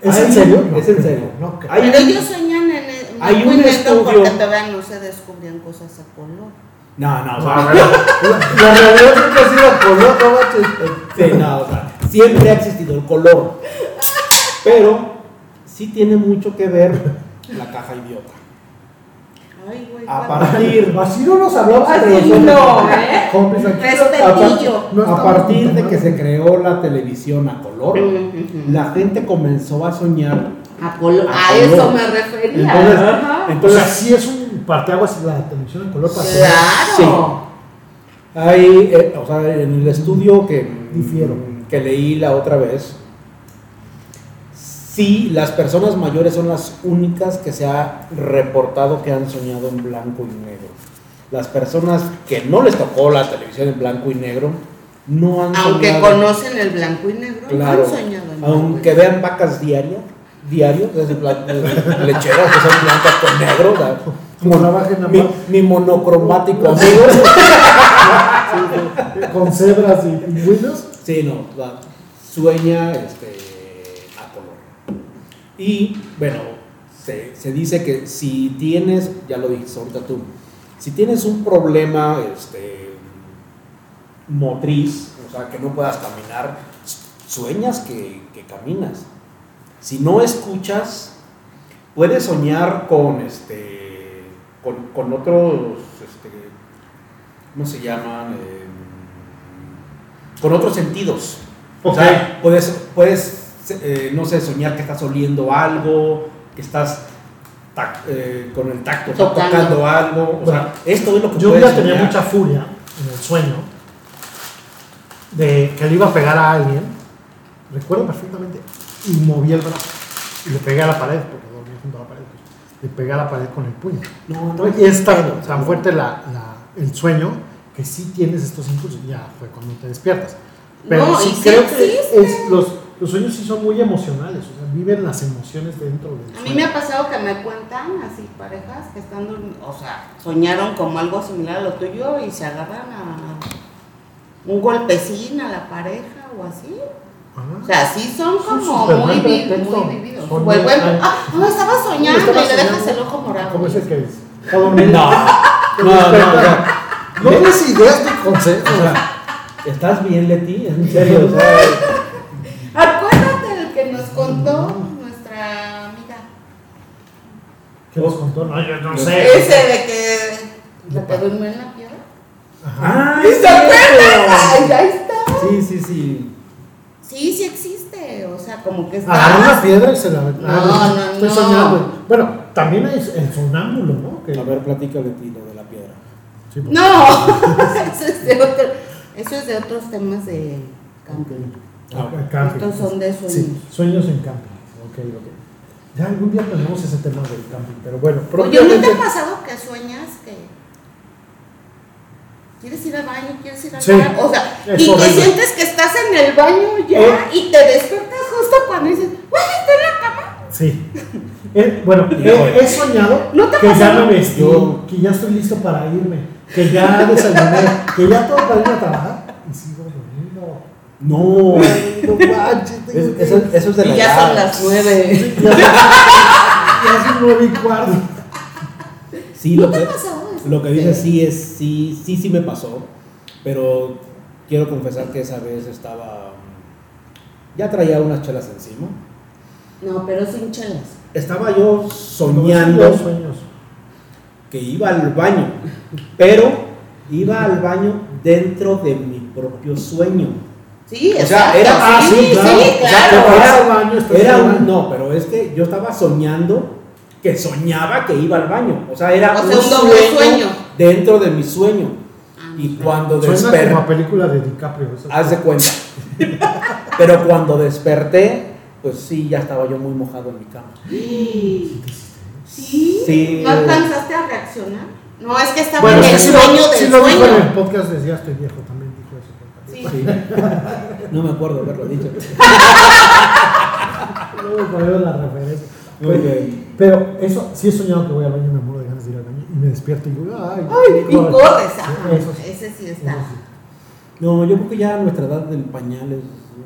C: ¿Es
A: Hay
C: en serio?
A: un-
C: No
A: es en
C: creo,
A: serio.
C: no creo.
A: Hay
B: Pero
A: un-
B: ellos sueñan en el- en
A: hay
B: blanco y
A: un
B: negro porque
A: estudio-
B: todavía no se descubrían cosas a color.
A: No, no, o sea,
C: La la realidad siempre ha sido color, no manches.
A: sí, este, no, o sea, siempre ha existido el color. Pero sí tiene mucho que ver la caja idiota.
B: Ay, güey.
A: A
B: cuando-
A: partir,
D: Basilio nos habló
B: Así
D: sobre los
B: Ah, no, ¿eh?
D: Cómplices, aquí
B: Respetillo.
D: a partir- no
A: a
D: estamos
A: partir de
D: contando.
A: que se creó la televisión a color,
B: Ujú.
A: la gente comenzó a soñar.
B: Apolo. A
A: Apolo.
B: eso me refería.
A: Entonces,
B: Ajá.
C: O sea,
A: entonces
C: sí es un parteaguas de la televisión en color para todos.
B: Claro.
A: Hay, eh, o sea, en el estudio que,
C: Difiero.
A: que leí la otra vez, sí, las personas mayores son las únicas que se ha reportado que han soñado en blanco y negro. Las personas que no les tocó la televisión en blanco y negro no han
B: Aunque
A: soñado.
B: conocen el blanco y negro,
A: Claro.
B: no han soñado en
A: Aunque
B: blanco
A: vean vacas diarias, diario, es en plan- eh, lecheras que son blancas con negro, o sea,
C: Como trabajen a
A: mi, mi monocromático amigo.
C: con cebras y pingüinos.
A: Sí, no, la- sueña este, a color. Y bueno, se, se dice que si tienes, ya lo dijiste ahorita tú, si tienes un problema este, motriz, o sea, que no puedas caminar, sueñas que, que caminas. Si no escuchas, puedes soñar con este con, con otros este, ¿cómo se llaman? Eh, con otros sentidos. O sea, puedes, puedes eh, no sé, soñar que estás oliendo algo, que estás tac- eh, con el tacto estás
B: Tocando.
A: tocando algo. O sea, esto es lo que
C: Yo un
A: puedes
C: día tenía
A: soñar.
C: mucha furia en el sueño de que le iba a pegar a alguien. Recuerdo perfectamente. Y moví el brazo. Y le pegué a la pared, porque dormía junto a la pared. pues, Le pegué a la pared con el puño.
A: No, no,
C: Y es tan, tan fuerte la- la- el sueño que sí tienes estos impulsos. Ya fue cuando te despiertas. Pero
B: No, y
C: sí
B: sí
C: creo que
B: existe.
C: es- los, los sueños sí son muy emocionales. O sea, viven las emociones dentro del
B: y negro.
C: sueño.
B: A mí me ha pasado que me cuentan así parejas que están durmiendo, o sea, soñaron como algo similar a lo tuyo y se agarran a un golpecín a la pareja o así.
C: Ajá.
B: O sea, sí son
C: Es un
B: como
C: superbuen
B: muy, vi-
C: pretexto.
B: muy vividos.
C: Son
B: Fue
C: muy-
B: bueno, ah, no, estaba soñando
C: Estaba
B: y le dejas el
C: soñando.
B: ojo morado.
C: ¿Cómo es el que es? Está
A: No,
C: dormido.
A: no, no, no.
C: No des ideas de consejos.
A: O sea, ¿Estás bien, Leti? En serio, o sea,
B: Acuérdate el que nos contó nuestra amiga.
C: ¿Qué nos contó? No, yo no sé.
B: Ese de que la que durmió en la piedra.
A: ¡Ah!
B: ¿Y
A: es
B: se acuerdan?
A: cierto!
B: Ay, ahí está.
A: Sí, sí, sí.
B: Sí, sí existe. O sea, como que está.
C: Agarró una piedra y se la
B: No, no,
C: Estoy
B: no.
C: soñando. Bueno, también es el sonámbulo, ¿no? Que-
A: A ver, platica, Leti, lo de la piedra.
C: Sí, pues.
B: No, eso es de otro, eso es de otros temas de camping.
C: Ah, camping.
B: Estos son de sueños.
C: Sí, sueños en camping. Ok, ok. Ya algún día tenemos ese tema del camping, pero bueno,
B: Oye, Pues ¿no
C: propiamente.
B: te ha pasado que sueñas que quieres ir al baño, quieres ir al
C: Sí.
B: baño? O sea,
C: Es
B: y que
C: horrible.
B: sientes que estás en el baño ya
C: Eh.
B: y te despiertas justo cuando dices, güey, estoy en la cama.
C: Sí. Eh, bueno,
A: Y
C: he,
A: luego-
C: he soñado
B: ¿No te ha
C: que ya
B: pasado?
C: me vestí,
A: Yo-
C: que ya estoy listo para irme, que ya desayuné, que ya todo para ir a trabajar y sigo dormido.
A: No.
C: No manches, tengo
A: Es-
C: que-
A: eso, eso es de la
B: y ya son
A: edad.
B: las nueve.
C: Ya son- ya son nueve y cuarto.
A: Sí,
B: ¿No
A: lo
B: te ha
A: que,
B: pasado eso?
A: lo que dices sí es, sí, sí, sí me pasó. Pero quiero confesar que esa vez estaba. mm, Ya traía unas chelas encima.
B: No, pero sin chelas.
A: Estaba yo
C: Los
A: soñando
C: sueños.
A: que iba al baño. Pero iba al baño dentro de mi propio sueño.
B: Sí,
A: O sea, era-
B: exacto,
A: ah,
B: sí,
A: sí, claro.
B: sí,
A: O sea,
B: claro.
A: te vas al
C: baño, estás
A: Era un-
C: soñando.
A: no, pero es que yo estaba soñando que soñaba que iba al baño. O sea, era
B: O sea, un doble sueño.
A: dentro de mi sueño.
B: Ah,
A: Y
B: no.
A: cuando
C: Suena como a
A: desperté,
C: película de DiCaprio. esas
A: haz de cuenta. pero cuando desperté, pues sí, ya estaba yo muy mojado en mi cama.
B: Sí.
A: Sí.
B: ¿No alcanzaste a reaccionar? No, es que estaba
C: Bueno,
B: en
C: sí,
B: el
C: sí lo-
B: sueño
C: sí
B: del
C: lo dijo en
B: sueño.
C: el podcast decía estoy viejo también dijo eso.
B: Sí.
A: Sí. No me acuerdo haberlo dicho.
C: Luego ponemos la referencia.
A: Muy
C: Pero,
A: bien.
C: pero eso, sí he soñado que voy al baño y me muero de ganas de ir al baño y me despierto y digo, ay,
B: Ay, y
C: joder".
B: corres.
C: Sí,
B: ajá,
C: Eso sí.
B: Ese sí
C: eso
B: está.
C: sí.
A: No, yo creo que ya a nuestra edad del pañal es,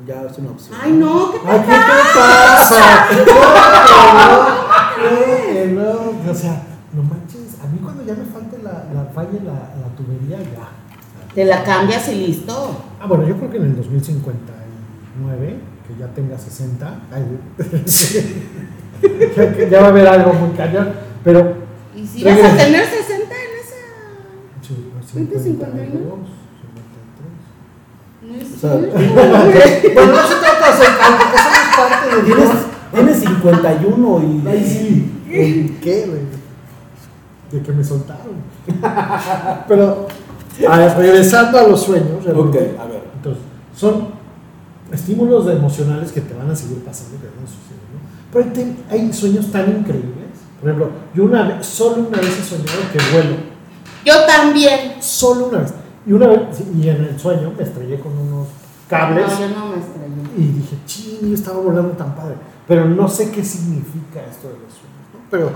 A: ya es una opción.
B: Ay, no, ¿qué te
C: Ay, ¿qué te pasa? No, que no, no, que no. O sea, no manches, a mí cuando ya me falte la, la falla, la, la tubería, ya.
B: Te la cambias y listo.
C: Ah, bueno, yo creo que en el 2059, que ya tenga 60, ay, ya, que ya va a haber algo muy cañón, pero
B: Y Y si vas a tener 60 en esa.
C: Sí,
B: Vete, 52, No es
A: O sea,
B: cierto.
D: Pues no se trata de ser calvo, que somos parte de
A: Tienes,
D: Dios.
A: tienes 51 y.
D: Ay, sí.
C: ¿En qué, güey? De que me soltaron. Pero, a ver, regresando a los sueños,
A: Ok,
C: realmente,
A: a ver.
C: entonces, son estímulos emocionales que te van a seguir pasando, que van a suceder, ¿no? Pero hay, tem- hay sueños tan increíbles. Por ejemplo, yo una vez, solo una vez he soñado que vuelo.
B: Yo también.
C: Solo una vez. Y una vez, sí, y en el sueño me estrellé con unos cables.
B: No, yo no me extrañé.
C: Y dije, ching, yo estaba volando tan padre. Pero no sé qué significa esto de los sueños, ¿no? Pero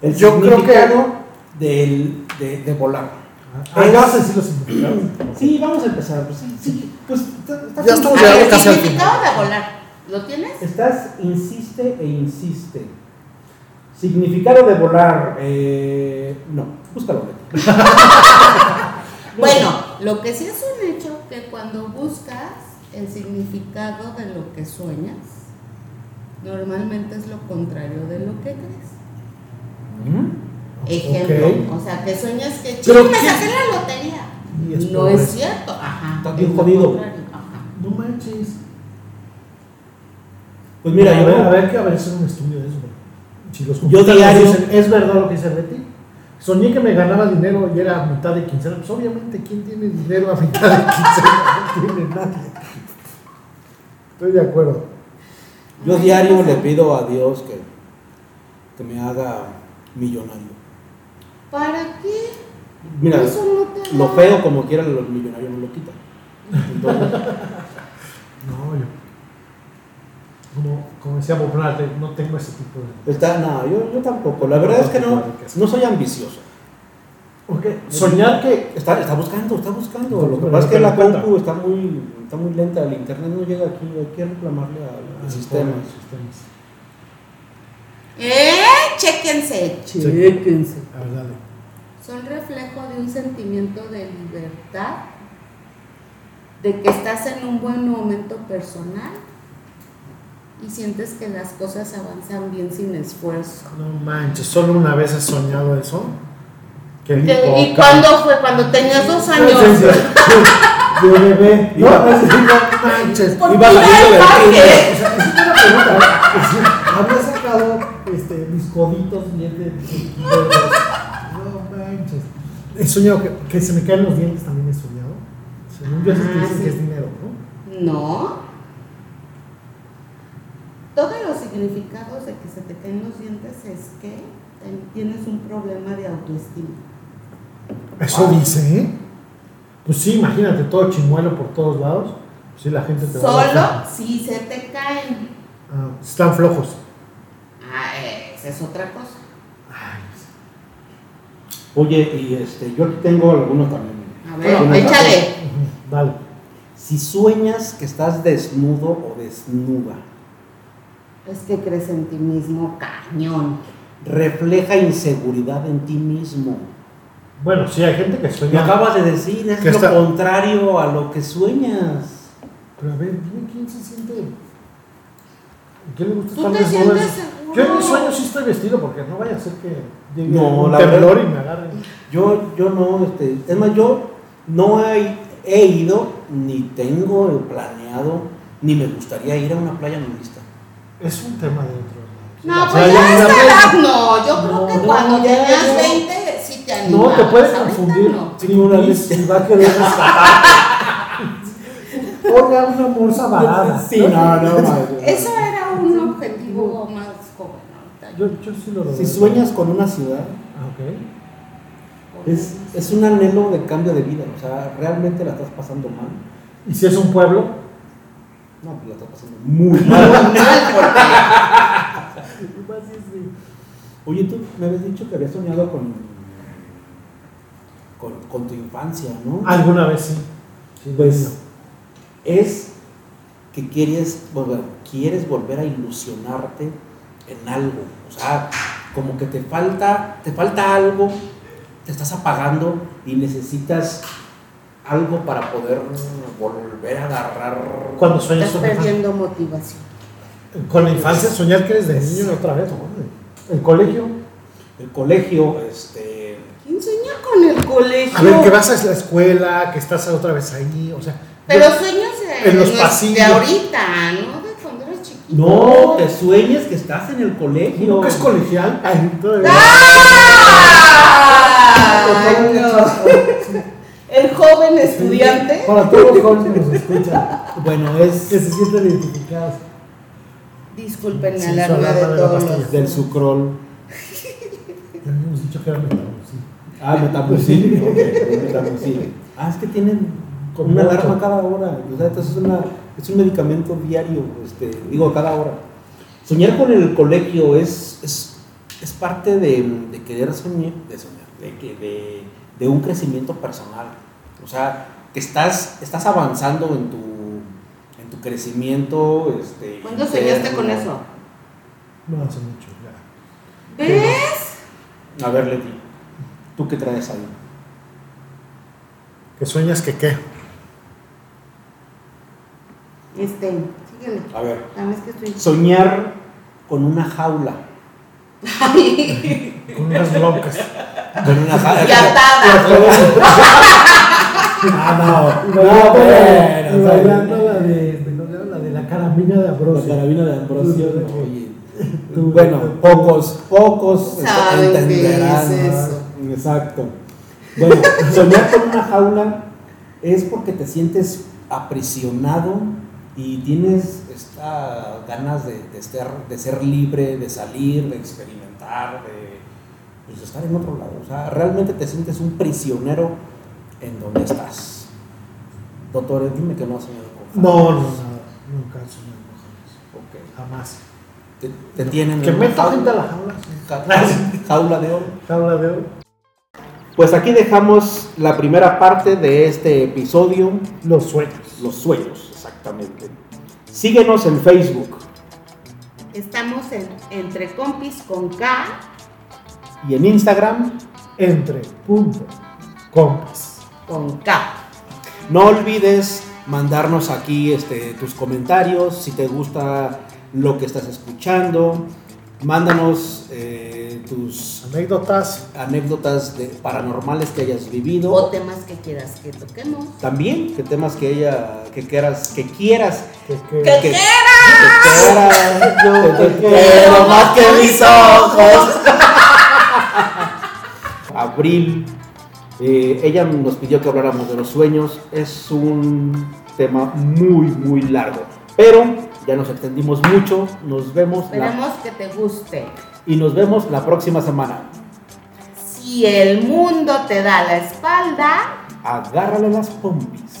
A: El
C: Yo creo que-
A: significado del- de, de volar.
C: Ah, ya vas a decir los significados.
A: Sí, vamos a empezar. Pues sí, sí. Pues está- está-
C: Ya estamos
B: A ver,
C: llegando casi al
B: significado
C: final.
B: de volar. ¿Lo tienes?
A: Estás, insiste e insiste. Significado de volar. eh, no, búscalo. Leti.
B: Bueno, lo que sí es un hecho que cuando buscas el significado de lo que sueñas, normalmente es lo contrario de lo que crees. Ejemplo,
C: Ok.
B: o sea, que sueñas que
C: Pero
B: chido, me
C: ¿qué-
B: saqué la lotería.
C: Y es
B: no
C: pobre.
B: es cierto, ajá.
A: Está bien
B: es lo
A: jodido.
B: contrario, ajá.
C: No manches.
A: Pues mira,
C: a
A: yo,
C: ver, a ver que a ver hacer un estudio de eso. güey. Si los
A: Yo
C: computadores
A: diario-
C: dicen, ¿es verdad lo que dice Betty? Soñé que me ganaba dinero y era a mitad de quincena. Pues obviamente, ¿quién tiene dinero a mitad de quincena? No tiene nadie. Estoy de acuerdo.
A: yo diario le pido a Dios que, que me haga millonario.
B: ¿Para qué?
A: Mira,
B: Eso no te
A: lo
B: da.
A: feo como quieran los millonarios no lo quitan. Entonces,
C: No, yo. Como, como decía Bob Marley, no tengo ese tipo de.
A: está, no, yo, yo tampoco. La verdad es que no, no soy ambicioso.
C: Ok, soñar que.
A: Está, está buscando, está buscando. Lo que
C: Pero
A: pasa es que
C: no
A: la
C: cuenta.
A: compu está muy, está muy lenta. El internet no llega aquí. Hay que reclamarle al, al sistema.
C: Sistemas.
B: ¡Eh! Chéquense.
C: Chéquense. A ver, dale.
B: son reflejo de un sentimiento de libertad, de que estás en un buen momento personal y sientes que las cosas avanzan bien sin esfuerzo.
C: No manches, solo una vez he soñado eso. Qué
B: ¿Y
C: poca.
B: cuándo fue? Cuando tenías dos años.
C: De bebé. No,
A: Iba-
C: así, no manches.
B: Por
A: Iba
B: fuera
A: saliendo
B: del
A: del
B: parque.
C: O sea, es una pregunta. ¿eh? Es decir, Había sacado este, mis coditos este, dientes. No manches. He soñado que, que se me caen los dientes también he soñado. Según yo, eso
B: Ah,
C: dicen
B: sí.
C: que es dinero, ¿no?
B: No. Todos los significados de que se te caen los dientes es que ten- tienes un problema de autoestima.
C: Eso dice, ¿eh? Pues sí, imagínate, todo chimuelo por todos lados. Pues sí, la gente te va a
B: Solo
C: bajar.
B: si se te caen.
C: Ah, están flojos.
B: Ah, esa es otra cosa.
C: Ay,
A: Oye, y este, yo aquí tengo algunos también.
B: A ver,
A: Algunos datos.
B: échale.
C: ujú, Dale.
A: Si sueñas que estás desnudo o desnuda,
B: Es que crees en ti mismo, cañón.
A: refleja inseguridad en ti mismo.
C: Bueno, sí, hay gente que
A: Lo
C: sueña.
A: acabas de decir, es
C: Que
A: lo
C: está-
A: contrario a lo que sueñas.
C: Pero a ver, dime quién se siente. ¿Qué le gusta
B: ¿Tú
C: estar
B: te
C: desnudo?
B: sientes seguro?
C: Yo en mis sueños sí estoy vestido porque no vaya a ser que llegue
A: No,
C: un
A: la
C: temblor y me agarren.
A: Yo, yo no, este, es más, yo no he, he ido, ni tengo planeado, ni me gustaría ir a una playa nudista.
C: Es un tema de otro lado.
B: No,
C: O sea,
B: pues
C: hay
B: ya
C: una
B: esa
C: vez-
B: edad no. Yo creo
A: No,
B: que
A: no,
B: cuando
A: ya,
B: tenías
A: ya.
B: 20 sí te
C: No,
B: animabas.
C: te puedes
B: Ahorita
C: confundir.
B: no.
C: Sí, una vez si va a querer rescatar. Oiga, una morsa balada.
A: Sí, no, no, no.
B: Eso era un objetivo más joven ahorita.
C: Yo, yo sí lo veo.
A: Si sueñas con una ciudad,
C: Ah, ok.
A: es, es un anhelo de cambio de vida. O sea, realmente la estás pasando mal.
C: ¿Y si es un pueblo?
A: No, pues la estás pasando muy mal. Oye, tú me habías dicho que habías soñado con, con, con tu infancia, ¿no?
C: Alguna vez sí. Sí,
A: Pues es que quieres, volver, quieres volver a ilusionarte en algo. O sea, como que te falta, te falta algo, te estás apagando y necesitas algo para poder volver a agarrar.
C: Cuando sueñas
B: Estás
C: con infancia.
B: perdiendo motivación.
C: Con la infancia, soñar que eres de niño otra vez, hombre. El colegio,
A: el colegio, este,
B: ¿Quién sueña con el
C: A ver, que
B: colegio?
C: vas a la escuela, que estás otra vez ahí, o sea.
B: Pero
C: yo-
B: sueños de,
C: en los
B: de- de
C: pasillos.
B: ahorita, ¿no? De cuando eras chiquito.
A: no, te sueñes que estás en el colegio.
C: Uno que es colegial. Ay, todavía-
B: ¡Ah! ¡Ay, no! ¡Ah! El joven estudiante.
D: Para todos los jóvenes que nos escuchan,
A: Bueno,
D: que
A: es
D: se sienten identificados.
B: Disculpen la
C: Sí, su
B: alarma de
C: alarma de la
B: todos
C: pastilla.
B: los-
A: del sucrol.
C: Ya habíamos dicho que era metamucil.
A: Ah, metamucil. ok, metamucil. Ah, es que tienen
C: Con
A: una
C: mucho.
A: alarma cada hora. O sea, entonces es, una- es un medicamento diario, este, digo, cada hora. Soñar con el colegio es, es, es parte de, de querer soñar, de, soñar de, que- de- de un crecimiento personal. O sea, que estás, estás avanzando en tu, en tu crecimiento. Este,
B: ¿Cuándo soñaste
A: interno.
B: con eso?
C: No hace mucho, ya.
B: ¿Ves?
A: A ver, Leti, ¿tú qué traes ahí?
C: ¿Que sueñas que qué?
B: Este, sígueme.
A: A ver.
B: Nada más que estoy.
A: Soñar con una jaula.
C: Con unas broncas.
A: Con una jaula.
B: Y atada.
A: Ah,
D: Y
A: no.
D: bailando,
A: bueno,
D: y
A: está bien.
D: bailando la de, ¿cómo se llama? la de la carabina de
A: La
D: Ambrosio.
A: carabina de Ambrosio.
D: Tú,
A: no,
D: tú,
A: oye. Bueno, pocos, pocos
B: Saben qué
A: entenderán.
B: es
A: ¿verdad?
B: eso.
A: Exacto. Bueno, soñar con una jaula es porque te sientes aprisionado y tienes esta ganas de, de ser, de ser libre, de salir, de experimentar, de pues, estar en otro lado. O sea, realmente te sientes un prisionero en donde estás. Doctor, dime que no has soñado con jaula.
C: No, no, nada. Nunca he soñado con
A: Ok.
C: jaula. Jamás.
A: Te, te tienen
C: Que
A: en
C: meta
A: jaula.
C: gente a la jaula. sí.
A: Ca- jaula de oro.
C: Jaula de oro.
A: Pues aquí dejamos la primera parte de este episodio,
C: Los sueños.
A: los sueños, exactamente. Síguenos en Facebook
B: Estamos en Entre Compis con K.
A: y en Instagram.
C: Entre punto. Compas.
B: Con K.
A: No olvides mandarnos aquí este, tus comentarios, si te gusta lo que estás escuchando. Mándanos eh, tus
C: Anécdotas.
A: anécdotas de- paranormales que hayas vivido.
B: O temas que quieras que toquemos.
A: También, que temas que ella, que quieras, que quieras
C: Que, que-
B: ¿Qué?
A: que quieras.
C: No,
A: Te
C: que-
A: quiero más que mis ojos. Abril, eh, ella nos pidió que habláramos de los sueños. Es un tema muy, muy largo. Pero ya nos extendimos mucho. Nos vemos la-
B: Esperemos que te guste.
A: y nos vemos la próxima semana.
B: Si el mundo te da la espalda.
A: Agárrale las pompis.